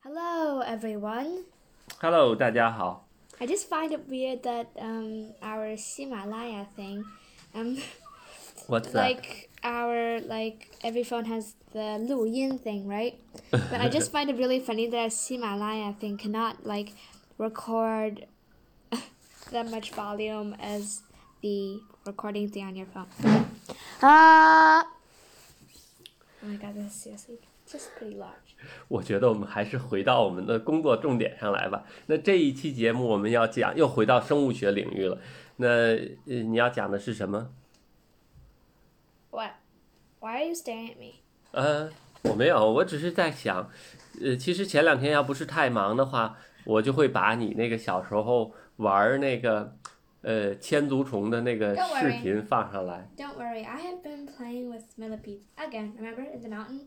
Hello, everyone. Hello，大家好。 I just find it weird that um our Himalaya thing, um What's that? like our like every phone has the 录音 thing, right? But I just find it really funny that our Himalaya thing cannot like record that much volume as the recording thing on your phone. Ah! Oh my god, this is seriously just pretty large. 我觉得我们还是回到我们的工作重点上来吧。那这一期节目我们要讲，又回到生物学领域了。那呃你要讲的是什么？ What? Why are you staring at me? 呃，我没有，我只是在想，呃，其实前两天要不是太忙的话，我就会把你那个小时候玩儿那个呃千足虫的那个 Don't worry 视频放上来。 Don't worry, I have been playing with millipedes again. Remember in the mountain?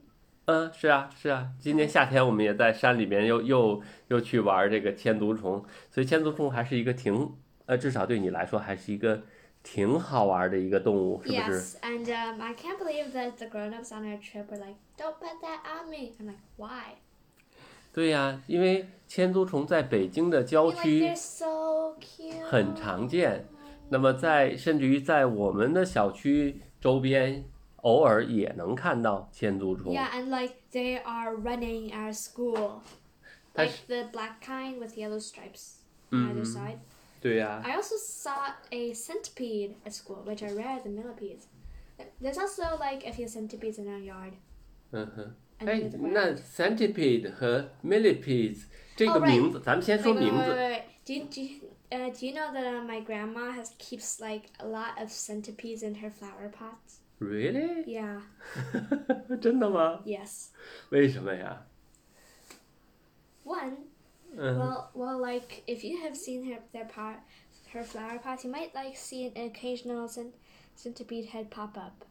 嗯，是啊，是啊，今年夏天我们也在山里边又又又去玩儿这个千足虫，所以千足虫还是一个挺呃，至少对你来说还是一个挺好玩儿的一个动物，是不是？ Yes, and um, I can't believe that the grown-ups on our trip were like, "Don't put that on me." I'm like, "Why?" 对呀、因为千足虫在北京的郊 Like 区 they're so cute. 很常见，那么在甚至于在我们的小区周边，偶尔也能看到千足虫。 Yeah, and like they are running our school, 但 like 是， the black kind with yellow stripes on either Mhm. side. 对呀、 I also saw a centipede at school, which are rarer than millipedes. There's also like a few centipedes in our yard. 嗯哼。 and 哎 near the，那 ground. centipede 和 millipedes 这 Oh, 个 right. 名字，咱们先说 Wait, wait, 名 wait, 字。 wait, wait. Do you, do you, uh, do you know that uh, my grandma has keeps like a lot of centipedes in her flower pots? Really？ Yeah. 真的吗？ Yes. 为什么呀？ One. 嗯 Well, well, like if you have seen her their pot, her flower pots, you might like see an occasional cent- centipede head pop up.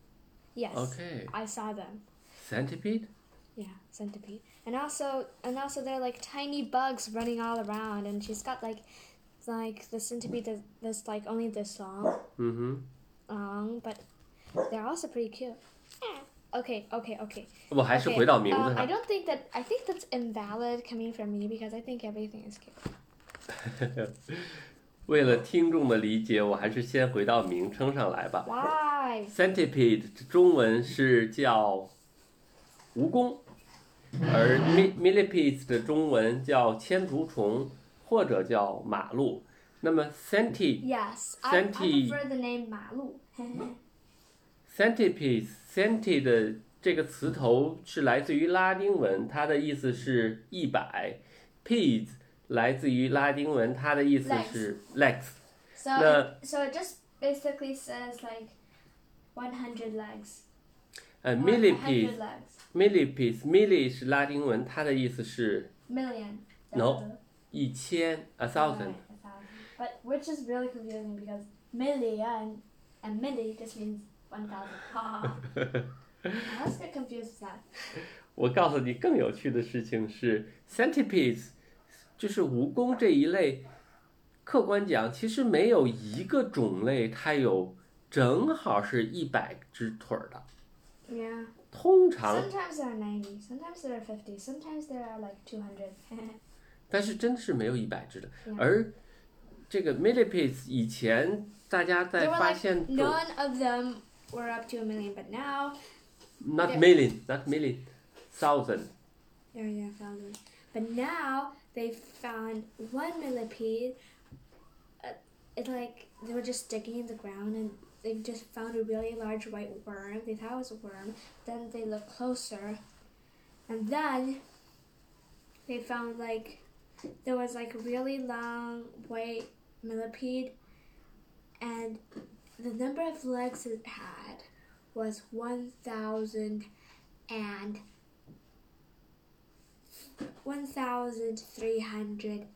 Yes. ，OK。 I saw them. Centipede？ Yeah, centipede. And also, and also, they're like tiny bugs running all around, and she's got like, like the centipede that- that's like only this long. 嗯哼， long, Um, but they're also pretty cute. Okay, okay, okay. 我还是 okay. 回到名 uh, 字 I 上。 don't think that I think that's invalid coming from me because I think everything is cute. 为了听众的理解，我还是先回到名称上来吧。 Why? Centipede 中文是叫蜈蚣，而 mi- millipede 的中文叫千足虫或者叫马路。那么 centi Yes, I, I Centi- prefer the name Malu. Centipede, centi 的这个词头是来自于拉丁文，它的意思是一百。Peds 来自于拉丁文，它的意思是 legs。 so The- it, so it just basically says like 100 legs. 呃 One- 100 millipede, legs. millipede, milli 是拉丁文，它的意思是 Million. No, 一千，a thousand Right,。a thousand. But which is really confusing because million and milli just means 1,000. Ha. Let's get confused with that. 我告诉你，更有趣的事情是，centipedes，就是蜈蚣这一类。客观讲，其实没有一个种类它有正好是一百只腿儿的。 Yeah. 通常， Sometimes there are 90, sometimes there are 50, sometimes there are like 200. 但是真的是没有一百只的 Yeah.。而这个 millipedes 以前大家在 There were 发 like 现种 none of them were up to a million, but now. not there- million not million thousand Yeah, yeah, thousand. But now they found one millipede. Uh, it's like they were just digging in the ground and they just found a really large white worm. They thought it was a worm. Then they looked closer. And then they found like there was like a really long white millipede. And the number of legs it had was 1,000 and 1,306.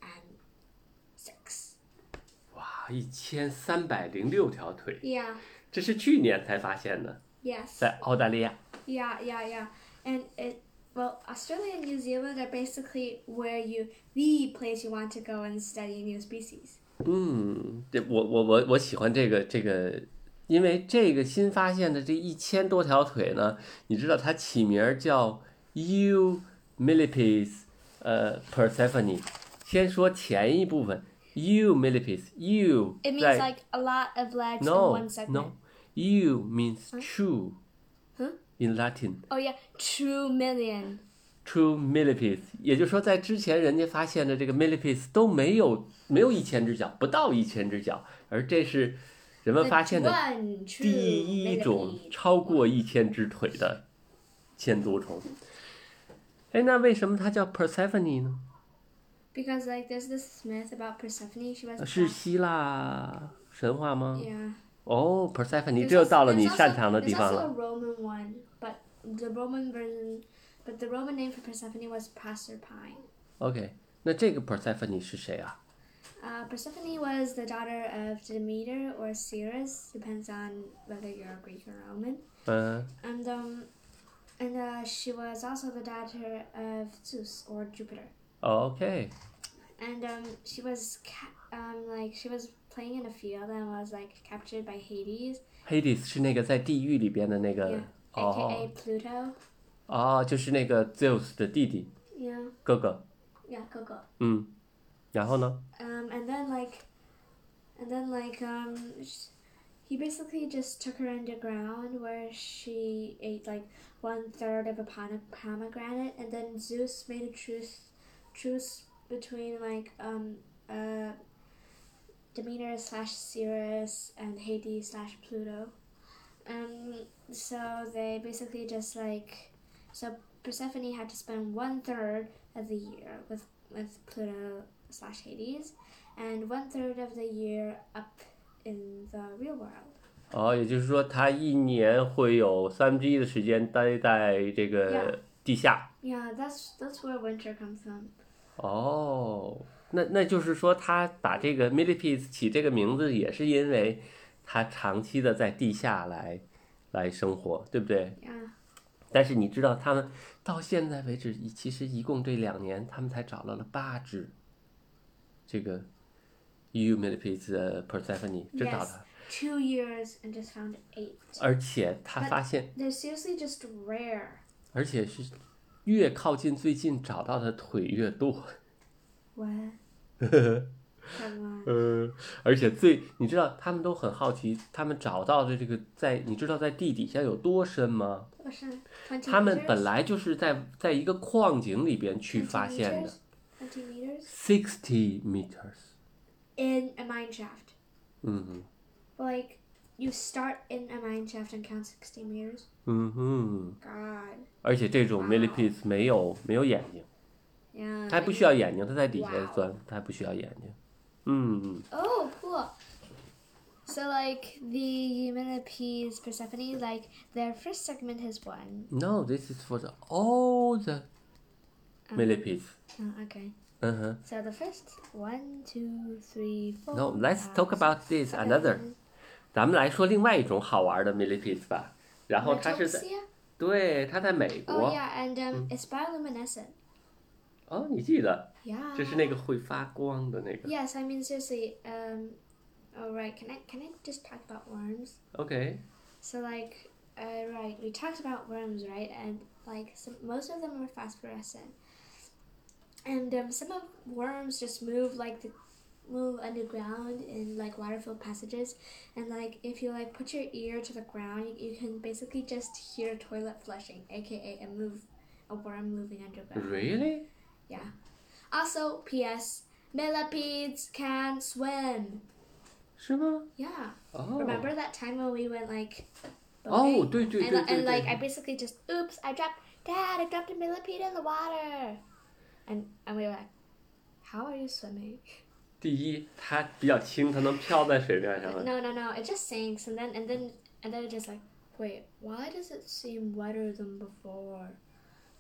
哇，一千三百零六条腿， Yeah, 这是去年才发现的， yes. 在澳大利亚。 Yeah, yeah, yeah. And it, well, Australia and New Zealand are basically where you, the place you want to go and study new species. 嗯，这我我我我喜欢这个这个，因为这个新发现的这一千多条腿呢，你知道它起名儿叫 U millipedes 呃 Persephone。先说前一部分，you millipedes，you It means 在 like a lot of legs in no one segment. no you means true 嗯 in Latin Oh yeah, two million. true millipedes，也就是说在之前人家发现的这个 millipedes 都没有没有一千只脚，不到一千只脚，而这是人们 The 发现的 one true 第一种 millipede. 超过一千只腿的千足虫。哎，那为什么它叫 Persephone 呢？ Because like there's this myth about Persephone. She was 是 black. 希腊神话吗？ Yeah. 哦，Persephone， There's 这又 also- 到了你 there's 擅 also- 长的地 there's 方 also 了。 a Roman one, but the Roman version, but the Roman name for Persephone was Proserpine. OK，那这个 Persephone 是谁啊？ Uh, Persephone was the daughter of Demeter or Ceres, depends on whether you're Greek or Roman. 嗯 And um, and uh, she was also the daughter of Zeus or Jupiter. ，OK， And um, she was ca- um, like she was playing in a field and was like captured by Hades, 黑 a 是那个在地狱里边的那个 Yeah，哦 aka Pluto. 哦，就是那个 Zeus 的弟弟 Yeah, 哥哥， yeah, Coco. 嗯，然后呢？ Um, and then like, and then like um, sh he basically just took her underground where she ate like one third of a pon- pomegranate, and then Zeus made a truce, truce between like um uh. Demeter slash Ceres and Hades slash Pluto. Um, so they basically just like so Persephone had to spend one third of the year with with Pluto slash Hades, and one third of the year up in the real world. 哦，也就是说，他一年会有三分之一的时间待在这个 Yeah. 地下。 Yeah, that's that's where winter comes from. 哦，那那就是说，他把这个 millipedes 起这个名字，也是因为他长期的在地下来来生活，对不对？ Yeah, 但是你知道，他们到现在为止，一其实一共这两年，他们才找到了八只这个 u millipedes 的 Persephone，知道 yes, 了。 two years and just found eight. 而且他 But- 发现。 They're seriously just rare. 而且是越靠近最近找到的腿越多。 What? Come on. 呃，而且最你知道他们都很好奇，他们找到的这个在你知道在地底下有多深吗？ What's that? 他20们 meters? 本来就是在在一个矿井里边去发现的 Meters?。Twenty meters Sixty meters， in a mine shaft. 嗯哼， Like you start in a mine shaft and count sixty meters. 嗯哼， God. 而且这啊种 millipedes 没有没有眼睛， Yeah. 它还 I 不 know. 需要眼睛，它在底下哇哦钻，它还不需要眼睛。嗯 Oh, cool. So like the millipedes Persephone, like their first segment is one. ，No，this is for the all the millipedes。 Oh, okay. 嗯哼。 So the first one, two, three, four. No, let's five, talk about this six, another. seven. 咱们来说另外一种好玩的 millipedes 吧。然后它是在 Metopsia? 对，它在美 Oh 国。 yeah, and um, it's bioluminescent. 哦，你记得， Yeah. 这是那个会发光的那个。 Yes, I mean seriously. Um, all right. Can I can I just talk about worms? OK， So like, uh, right. We talked about worms, right? And like, some, most of them are phosphorescent, and um, some of worms just move like the move underground in like water-filled passages, and like if you like put your ear to the ground, you, you can basically just hear toilet flushing, aka a move, a worm moving underground. really？ Yeah. Also, P.S. Millipedes can swim. 是吗？ Yeah. 哦 Remember that time when we went like. 哦， boating? 对对 And, 对 and 对 like I 对。 basically just oops I dropped dad I dropped a millipede in the water, and and we were like, how are you swimming? 第一，它比较轻，它能飘在水面上。 No no no it just sinks and then and then and then it just like wait why does it seem wetter than before?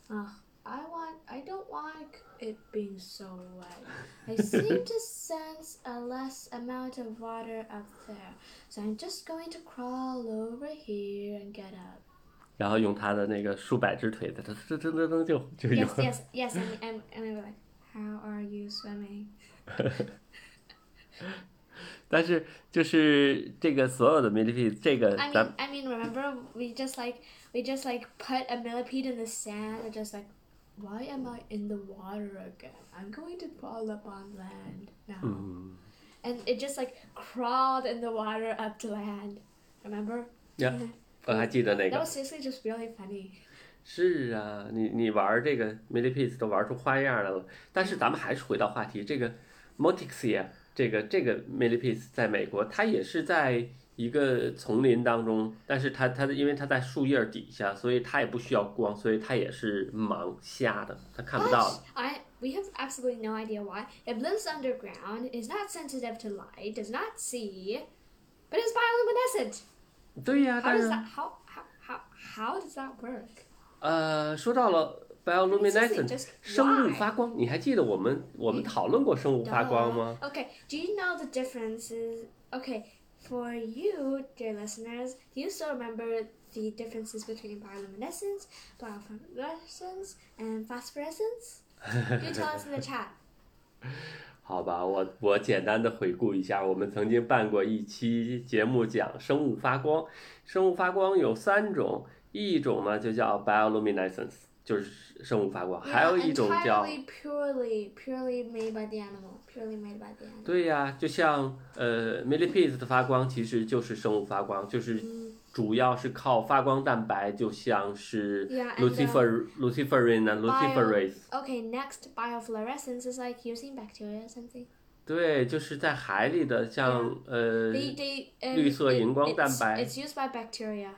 Ugh, I want I don't like it being so wet. I seem to sense a less amount of water up there, so I'm just going to crawl over here and get up. 然后用它的那个数百只腿，它噔噔噔噔噔就就有 Yes, yes, yes. And, and, and they were like, How are you swimming? 但是就是这个所有的 millipede，这个 I 咱 mean, I mean, remember we just like we just like put a millipede in the sand and just like why am I in the water again? I'm going to crawl up on land now. 嗯 And it just like crawled in the water up to land. Remember? ，Yeah，我还记得那 That 个。 was seriously just really funny. 是啊，你你玩这个 m i l l i p i s 都玩出花样来了。但是咱们还是回到话题，这个 Motixia 这个这个 m i l l i p i s 在美国，它也是在一个丛林当中，但是它它因为它在树叶底下，所以它也不需要光，所以它也是盲瞎的，它看不到的。 But I we have absolutely no idea why. It lives underground, is not sensitive to light, does not see, but is bioluminescent. 对呀、 How 但 does 是 that how how how, how does that work? 呃，说到了 It's bioluminescent just- 生物 why？发光，你还记得我们我们讨论过生物发光吗？ Duh. Uh, Okay, do you know the differences? Okay, for you, dear listeners, do you still remember the differences between bioluminescence, bioluminescence, and phosphorescence? you tell us in the chat. 好吧，我我简单的回顾一下，我们曾经办过一期节目讲生物发光，生物发光有三种，一种呢就叫 bioluminescence，就是生物发光，还有 Yeah, 一种叫 entirely purely, purely made by the animal, purely made by the animal. 对呀、就像呃 millipede 的发光其实就是生物发光，就是主要是靠发光蛋白，就像是 Yeah, and uh, lucifer luciferin 啊 luciferase。 Okay, next, biofluorescence is like using bacteria or something. 对，就是在海里的，像呃， They, they, um, 绿色荧光 it's- 蛋白。 it's used by bacteria.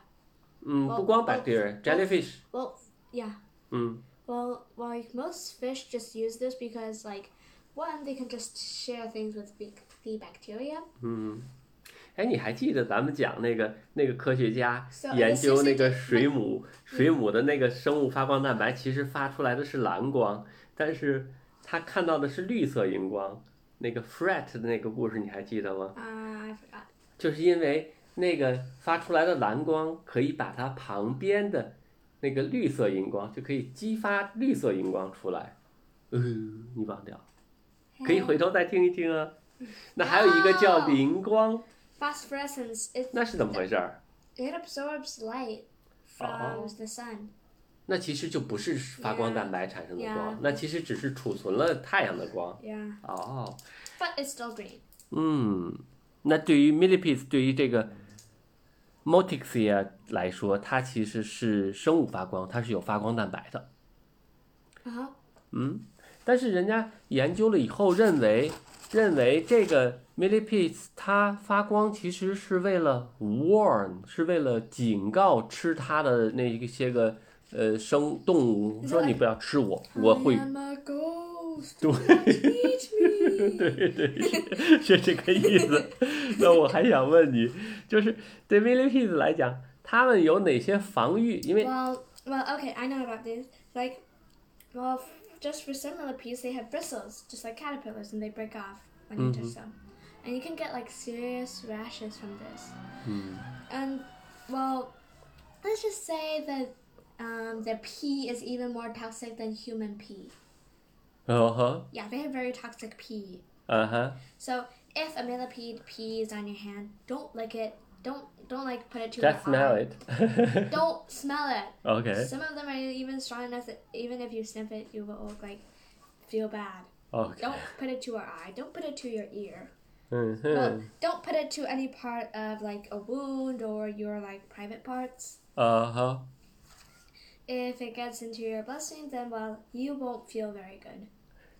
嗯，不光 well, bacteria，jellyfish， Well, yeah. 嗯， Well, like most fish just use this because, like, one, they can just share things with the the bacteria. 哎，你还记得咱们讲那个那个科学家 So, 研 this 究 is 那个嗯 it- 水母，水母的那个生物发光蛋白，其实发出来的是蓝光，但是他看到的是绿色荧光。那个 Fred 的那个故事你还记得吗？ Uh, I forgot. 就是因为那个发出来的蓝光可以把它旁边的那个绿色荧光，就可以激发绿色荧光出来。嗯，你忘掉了，可以回头再听一听啊。那还有一个叫磷光， Phosphorescence. It 那是怎么回事儿？ it absorbs light from Oh. the sun. 那其实就不是发光蛋白产生的光 Yeah. 那其实只是储存了太阳的光。 Yeah, 哦， but it's still green. 嗯，那对于 millipede，对于这个 motixia 来说，它其实是生物发光，它是有发光蛋白的。 Uh huh. 但是人家研究了以后认为，认为这个 millipede 它发光其实是为了 warn，是为了警告吃它的那一些个呃生动物，说你不要吃我，我 I 会 am a Uh-huh. ghost. 对 Eat me. 对对， 是是这个意思。那我还想问你，就是对 millipede 来讲，它们有哪些防御？因为 Well, well, okay, I know about this. Like, well, f- just for some millipedes, they have bristles, just like caterpillars, and they break off when you touch them. And you can get like serious rashes from this. And well, let's just say that um, their pee is even more toxic than human pee. 嗯哼， Yeah, they have very toxic pee. 嗯哼， So if a millipede pees on your hand, don't lick it. Don't don't like put it to your just smell eye. it 。 Don't smell it. OK Some of them are even strong enough that even if you sniff it, you will like feel bad. OK， Don't put it to your eye. Don't put it to your ear. 嗯 Well, 哼， don't put it to any part of like a wound or your like private parts. 嗯哼， If it gets into your bloodstream, then well, you won't feel very good.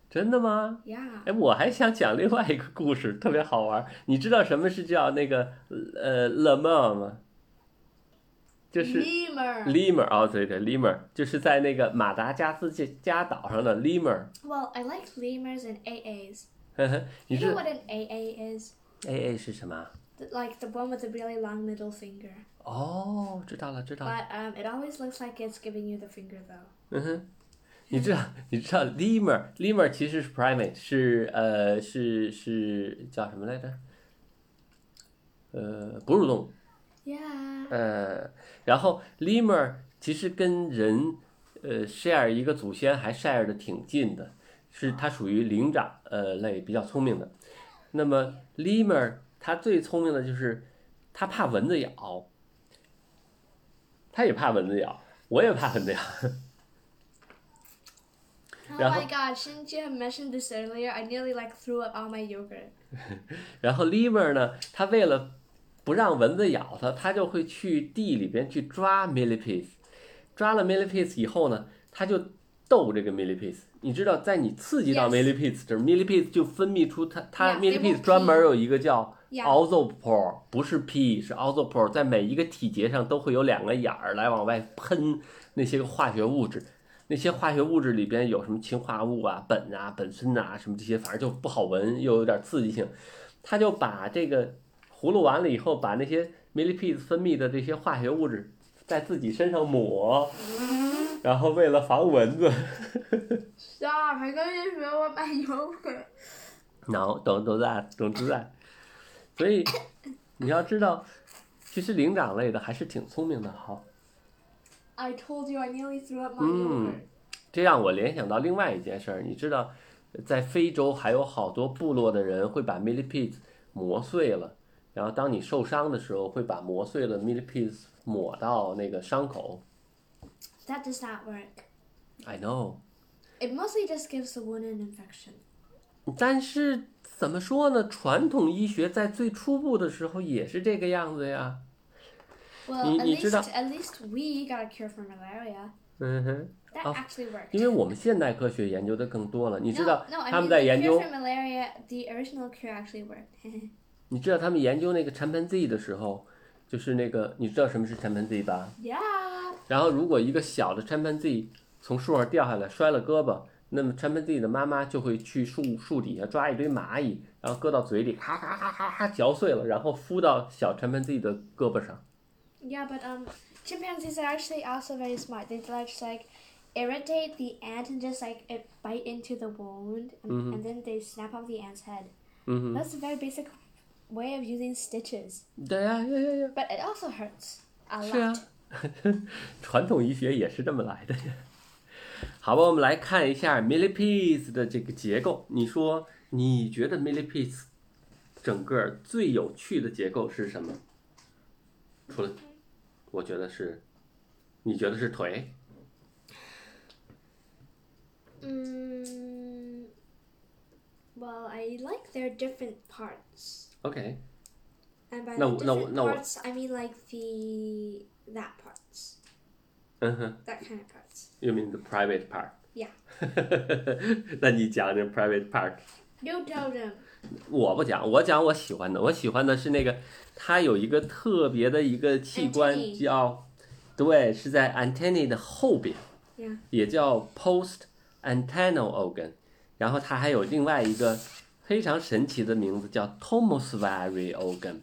真的吗？ Yeah. 哎，我还想讲另外一个故事，特别好玩儿。你知道什么是叫那个呃 lemur 吗？就是 Lemur. lemur 哦，对对，lemur 就是在那个马达加斯加岛上的 lemur。 Well, I like lemurs and AAs. 呵呵，你 You 知 know 道 what an AA is? A A 是什么？啊 Th- Like the one with the really long middle finger. 哦，知道了，知道了。 But um, it always looks like it's giving you the finger though. 嗯哼，你知道，你知道 lemur，lemur 其实是 primate，是呃是是叫什么来着？呃，哺乳动物。 Yeah. 呃，然后 lemur 其实跟人呃 share 一个祖先还 share 的挺近的，是它属于灵长呃类比较聪明的。那么 lemur 它最聪明的就是它怕蚊子咬，它也怕蚊子咬，我也怕蚊子咬。 Oh 然后 my god, shouldn't you have mentioned this earlier? I nearly like threw up all my yogurt. 然后 Lever 呢，它为了不让蚊子咬它，它就会去地里边去抓 millipedes。抓了 millipedes 以后呢，它就逗这个 millipedes。你知道，在你刺激到 Yes. millipedes 这儿，millipedes 就分泌出它它 Yeah, they will millipedes 专门 pee. 有一个叫 Yeah. Ozopore，不是 P，是 Ozopore，在每一个体节上都会有两个眼儿来往外喷那些化学物质。那些化学物质里边有什么氰化物啊、苯啊、苯酚啊，什么这些，反正就不好闻，又有点刺激性。他就把这个葫芦完了以后，把那些 millipede 分泌的这些化学物质在自己身上抹，然后为了防蚊子。 Stop! I got to throw up my yogurt. no，懂懂在懂之在，所以你要知道，其实灵长类的还是挺聪明的。好， I told you I nearly threw up my Mm. yogurt. 这让我联想到另外一件事儿，你知道，在非洲还有好多部落的人会把 millipede 磨碎了，然后当你受伤的时候，会把磨碎了 millipede 抹到那个伤口。 That does not work. I know， It mostly just gives the wound an infection. 但是怎么说呢？传统医学在最初步的时候也是这个样子呀。 Well, You- at you least 知道- at least we got a cure for malaria. 嗯哼， That Oh. actually worked. 因为我们现代科学研究的更多了，你知 No, 道 no, I 他 mean 们在 the 研 cure 究， for malaria, the original cure actually worked. 你知道他们研究那个 chimpanzee 的时候，就是那个你知道什么是 chimpanzee 吧？ yeah. 然后如果一个小的 chimpanzee 从树上掉下来摔了胳膊，那么 chimpanzee 的妈妈就会去树树底下抓一堆蚂蚁，然后搁到嘴里，咔咔咔咔咔嚼碎了，然后敷到小 chimpanzee 的胳膊上。 Yeah, but um, chimpanzees are actually also very smart. They like just, like irritate the ant and just like it bite into the wound, and, Mm-hmm. and then they snap off the ant's head. 嗯哼， That's a very basic way of using stitches, 对呀呀呀呀， but it also hurts a 是啊 lot.， 传统医学也是这么来的 呀。好吧，我们来看一下 millipedes 的这个结构。你说，你觉得 millipedes 整个最有趣的结构是什么？除了，我觉得是，你觉得是腿？ Mm, well, I like their different parts, OK， and by No, the no, different no. parts, I mean like the that parts, 嗯哼 that kind of parts. ，You mean the private part? Yeah. 那你讲这 private part， You tell them. 我不讲，我讲我喜欢的。我喜欢的是那个，它有一个特别的一个器官 Antennae 叫，对，是在 antennae 的后边 Yeah. 也叫 post antennal organ。然后它还有另外一个非常神奇的名字叫 tomosvary organ。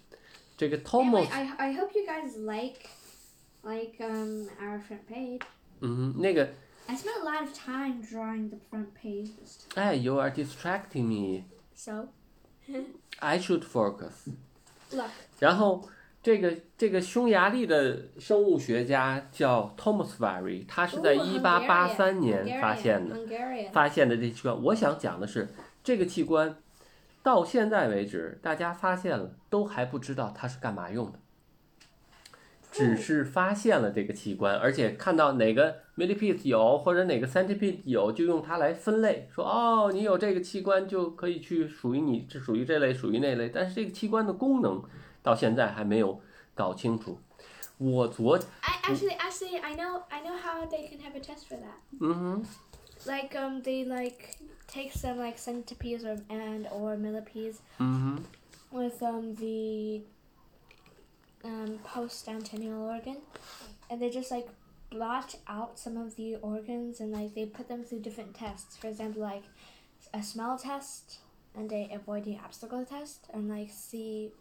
这个 tomos Anyway, I, I hope you guys like like um our front page. 嗯，那个 I spent a lot of time drawing the front page. this time. 哎，you are distracting me. So I should focus. look, 然后这个这个匈牙利的生物学家叫 Thomas Vary，他是在 Ooh, 一八八三 Hungarian, 年发现 Hungarian, 的， Hungarian. 发现的这器官。我想讲的是，这个器官到现在为止，大家发现了都还不知道它是干嘛用的，哦只是发现了这个器官，而且看到哪个 millipede 有或者哪个 centipede 有，就用它来分类，说哦，你有这个器官就可以去属于你，这属于这类，属于那类，但是这个器官的功能到现在还没有搞清楚。我昨 I actually actually I know I know how they can have a test for that. 嗯哼 Like um they like take some like centipedes or and or millipedes 嗯哼。 with um the um post antennial organ and they just like blot out some of the organs and like they put them through different tests for example like a smell test and a avoiding obstacle test and like see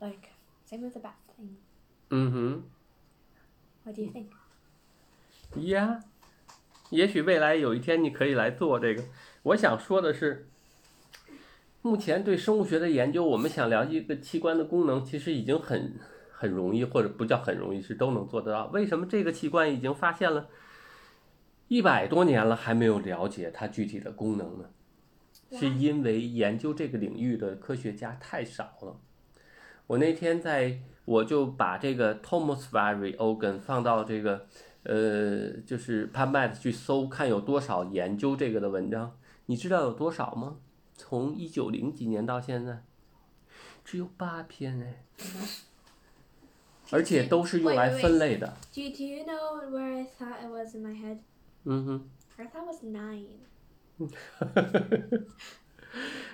like same with the bat thing 嗯哼 what do you think 呀，也许未来有一天你可以来做这个。我想说的是，目前对生物学的研究，我们想了解一个器官的功能，其实已经很很容易，或者不叫很容易，是都能做得到。为什么这个器官已经发现了一百多年了，还没有了解它具体的功能呢？是因为研究这个领域的科学家太少了。我那天在，我就把这个 Thomas Vary Organ 放到这个呃，就是拍卖的去搜，看有多少研究这个的文章。你知道有多少吗？从一九零几年到现在，只有八篇哎，而且都是用来分类的。 Do Do you know where I thought it was in my head? 嗯哼。 I thought it was nine.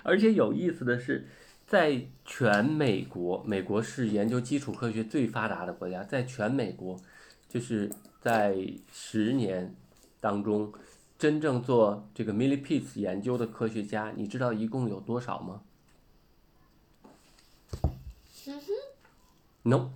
而且有意思的是，在全美国，美国是研究基础科学最发达的国家，在全美国，就是在十年当中，真正做这个 millipedes 研究的科学家，你知道一共有多少吗嗯？No，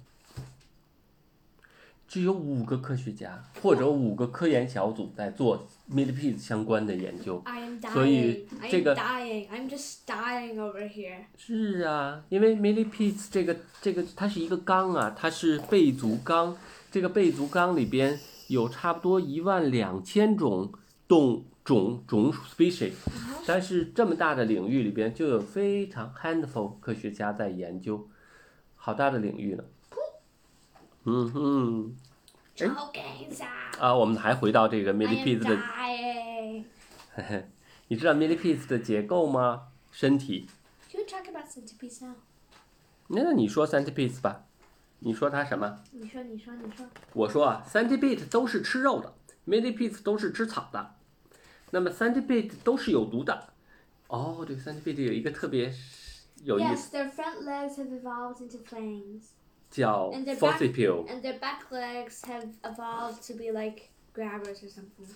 只有五个科学家或者五个科研小组在做 millipedes 相关的研究。 I am 所以 dying. I 这 am 个 dying. I'm just dying over here. 是啊，因为 millipedes 这个这个它是一个纲啊，它是贝族纲，这个贝族纲里边有差不多一万两千种动种种属 species，但 是这么大的领域里边就有非常 handful 科学家在研究，好大的领域呢。嗯哼，哎超感伤。啊，我们还回到这个 I am millipedes 的 dying. 你知道 millipedes 的结构吗？身体？ Do you talk about centipedes now? 那你说 centipedes 吧，你说它什么？你说，你说，你说。我说啊，centipede 都是吃肉的，millipede 都是吃草的，那么 centipede 都是有毒的。哦，对，centipede 有一个特别有意思 Yes, their front legs have evolved into flames, 叫 And they're f o s s i p i l e and their back legs have evolved to be like grabbers or something.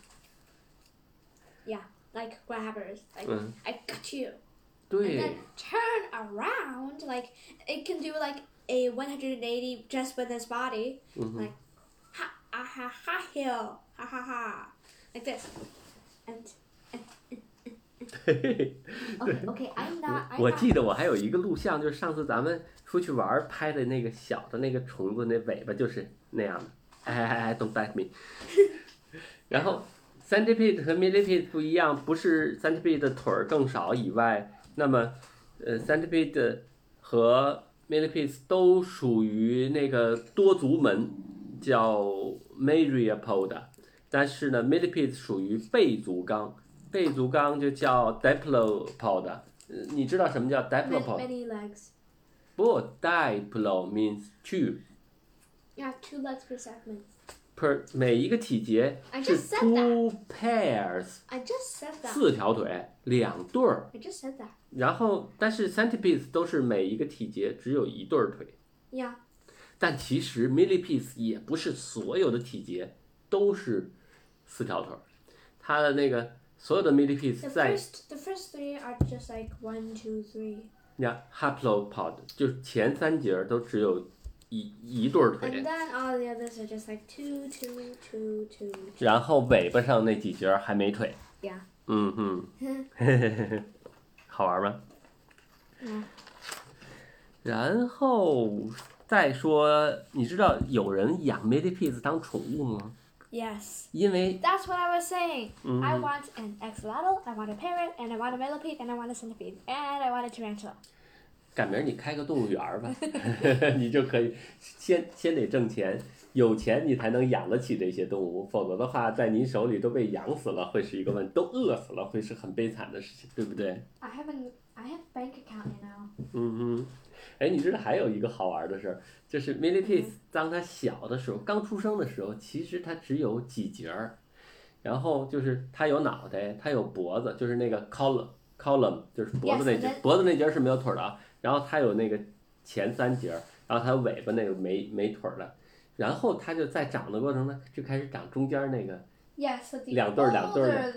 Yeah, like grabbers. Like Mhm. I got you. And 对 then，turn around. Like it can do like a 180 just with its body. Like ha ah, ha ha hill ha ha ha like this. And 嘿嘿嘿 okay, okay, I'm not. I'm 我 not- 记得我还有一个录像，就是上次咱们出去玩儿拍的那个小的那个虫子，那尾巴就是那样的。哎哎哎，don't bite me。然后 centipede 和 millipede 不一样，不是 centipede 的腿儿更少以外，那么呃 centipede 和 millipede 都属于那个多足门，叫 myriapoda。但是呢，millipede 属于背足纲，背足纲就叫 diplopoda。呃你知道什么叫 many, diplopoda？ many legs. 不，diplo means two。 You have two legs per segment. per 每一个体节 I 是 just said two pairs， I just said that. 四条腿，两对儿。 I just said that. 然后，但是 centipedes 都是每一个体节只有一对儿腿。 Yeah. 但其实 millipedes 也不是所有的体节都是四条腿儿，它的那个所有的 millipedes The 在 first, the first three are just like one, two, three, 呀 haplopod，就是前三节儿都只有一一对儿 and 腿， then all the others are just like two, two, two, two. 然后尾巴上那几节儿还没腿。 Yeah. 嗯哼，嘿嘿嘿嘿，好玩吗？嗯。然后再说，你知道有人养 millipedes 当宠物吗？ Yes. 因为 That's what I was saying. I 嗯， want an axolotl, I want a parrot, and I want a millipede, and I want a centipede, and I want a tarantula. 赶明儿你开个动物园儿吧， 你就可以先先得挣钱，有钱你才能养得起这些动物，否则的话，在您手里都被养死了，会是一个问，都饿死了，会是很悲惨的事情，对不对？ I have an I have a bank account, you know. 嗯哼，哎，你知道还有一个好玩的事儿，就是 millipedes 当它小的时候，刚出生的时候，其实它只有几节儿，然后就是它有脑袋，它有脖子，就是那个 column column，就是脖子 Yes, 那节 and，then- 脖子那节儿是没有腿儿的啊，然后它有那个前三节儿，然后它有尾巴那个没没腿儿的，然后它就在长的过程中就开始长中间儿那个， Yeah, so the Leontor, Leontor. older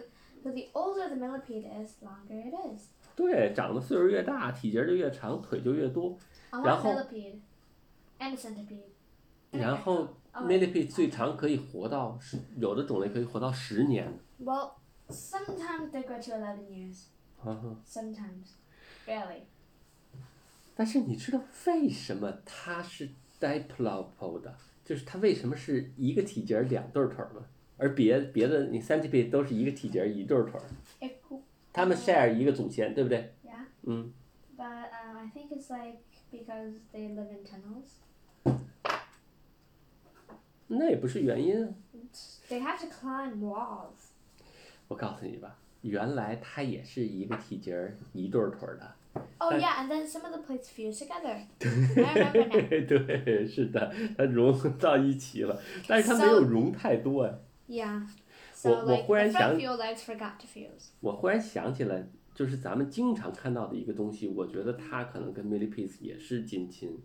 so the older the millipede is, the longer it is. 对，长的岁数越大，体节儿就越长，腿就越多， I want a 然后- millipede. And a centipede. And a 然后 Oh, millipede 最长可以活到十，有的种类可以活到十年。 Well, sometimes they go to eleven years. Sometimes. Really. 但是你知道为什么它是 diplopod，就是它为什么是一个体节儿两对儿腿儿吗？而别别的你 centipede 都是一个体节儿一对儿腿儿， If, 它们 share 一个祖先，对不对？ yeah. 嗯， But um, I think it's like because they live in tunnels. 那也不是原因啊。 It's They have to climb walls. 我告诉你吧，原来它也是一个体节儿一对儿腿儿的。 Oh Uh, yeah, and then some of the plates fuse together. I remember now. 对，是的，它融到一起了，但是它没 So- 有融太多呀。 Yeah. So 我 like 忽然 the 想 front fuel lights forgot to fuse. 我忽然想起来，就是咱们经常看到的一个东西，我觉得它可能跟 millipede 也是近亲，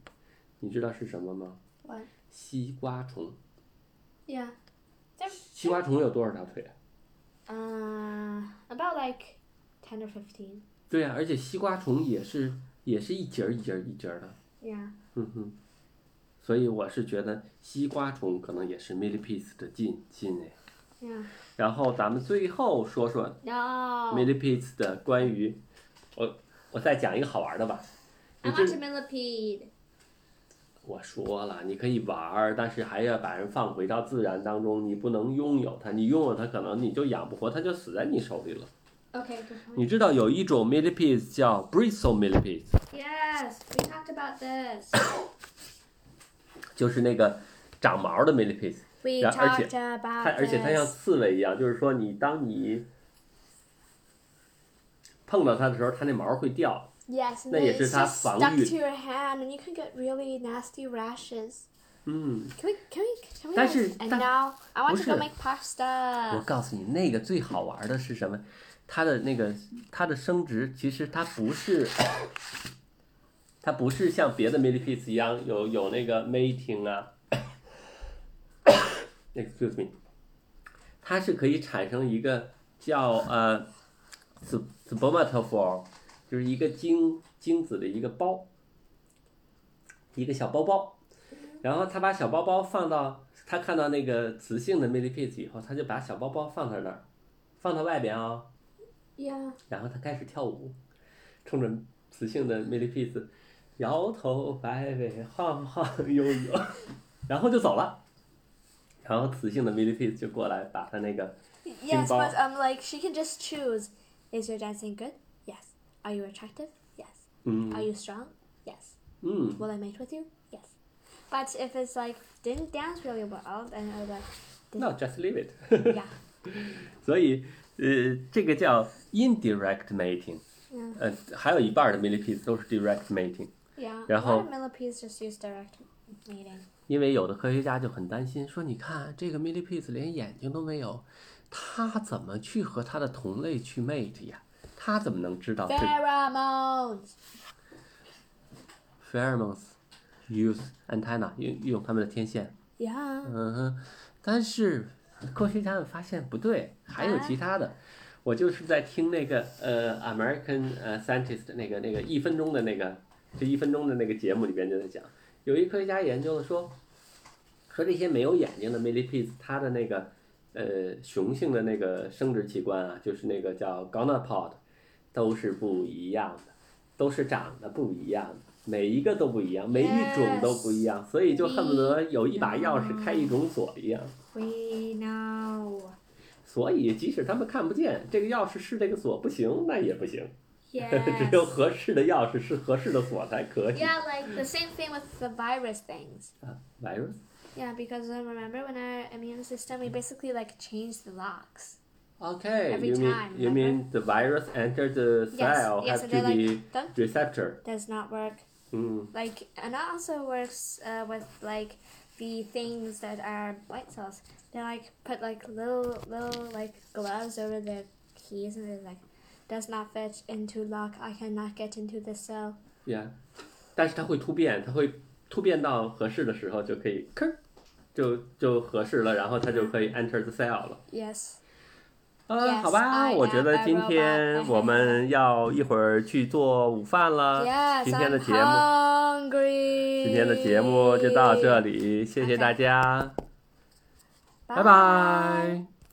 你知道是什么吗？ What? 西瓜虫。 Yeah. They're 西瓜虫有多少条腿啊？ uh about like ten or fifteen. 对啊呀、而且西瓜虫也是也是一节儿一节儿一节儿的， Yeah. 哼哼。所以我是觉得西瓜虫可能也是 millipede 的近亲哎。 Yeah. 然后咱们最后说说 No. millipedes 的关于，我我再讲一个好玩的吧。 I 你 want a 这 millipede. 我说了，你可以玩儿，但是还要把人放回到自然当中，你不能拥有它。你拥有它，可能你就养不活，它就死在你手里了。 Okay, good point. 你知道有一种 millipedes 叫 bristle millipede， Yes, we talked about this. 就是那个长毛的 millipede， We 然后，而且- talked 它 about 而且它像 this. 刺猬一样，就是说你当你碰到它的时候，它那毛会掉， Yes, and 那 then 也 it's 是它 just 防 stuck 御 to your hand, and you can get really nasty rashes. 嗯， Can we? Can we? Can we? 但 like- 是 and 但 now I want to go 不是。 make 我 pasta. 告诉你，那个最好玩的是什么？它的那个它的生殖其实它不是，它不是像别的 millipedes 一样有有那个 mating 啊。Excuse me，它是可以产生一个叫呃 sp- spermatophore，就是一个精精子的一个包，一个小包包。然后他把小包包放到他看到那个雌性的 millipede 以后，他就把小包包放在那儿，放到外边啊、 Yeah. 然后他开始跳舞，冲着雌性的 millipede 摇头摆尾，晃晃悠悠，然后就走了。然后雌性的 millipede 就过来把他那个 Yes, Kimball. but um, like she can just choose. Is your dancing good? Yes. Are you attractive? Yes. 嗯 Are you strong? Yes. 嗯 Will I mate with you? Yes. But if it's like didn't dance really well, then I would like ，no just leave it 。 yeah. 所以呃，这个叫 indirect mating，嗯呃，还有一半儿的 millipede 都是 direct mating。 Yeah. Yeah, a lot how- of millipedes just use direct mating. 因为有的科学家就很担心，说你看这个 millipede 连眼睛都没有，它怎么去和它的同类去 mate 呀？它怎么能知道这个 Pheromones. pheromones use antenna 运运用它们的天线？ Yeah. 嗯哼，但是科学家们发现不对，还有其他的。我就是在听那个呃 American 呃 Scientist 那个那个一分钟的那个这一分钟的那个节目里边就在讲，有一科学家研究了说，说这些没有眼睛的 millipedes，它的那个呃雄性的那个生殖器官啊，就是那个叫 gonopod，都是不一样的，都是长得不一样的，每一个都不一样，每一种都不一样，所以就恨不得嗯有一把钥匙开一种锁一样。 We know. 所以即使他们看不见，这个钥匙是这个锁不行，那也不行， 只 Yes. 有合适的钥匙是合适的锁才可以。 yeah, like the same thing with the virus things. 啊，virus。 Yeah, because I remember when our immune system, we basically like changed the locks. Okay, Every you mean time, you mean the virus enter the Yes, cell yes, have and to they're be like, "Dun." receptor. Does not work. 嗯 Like, and that also works uh, with like the things that are white cells. They like put like little little like gloves over their keys, and they're like, does not fit into lock. I cannot get into the cell. ，Yeah，但是它会突变，它会突变到合适的时候就可以，吭儿，就就合适了，然后它就可以 enter the cell 了。 Yes. 嗯， Yes, 好吧， I 我觉得 am a 今天 robot. 我们要一会儿去做午饭了。 Yes, Uh, 今天 I'm 的节目， hungry. 今天的节目就到这里，谢谢大家，拜 Bye. 拜。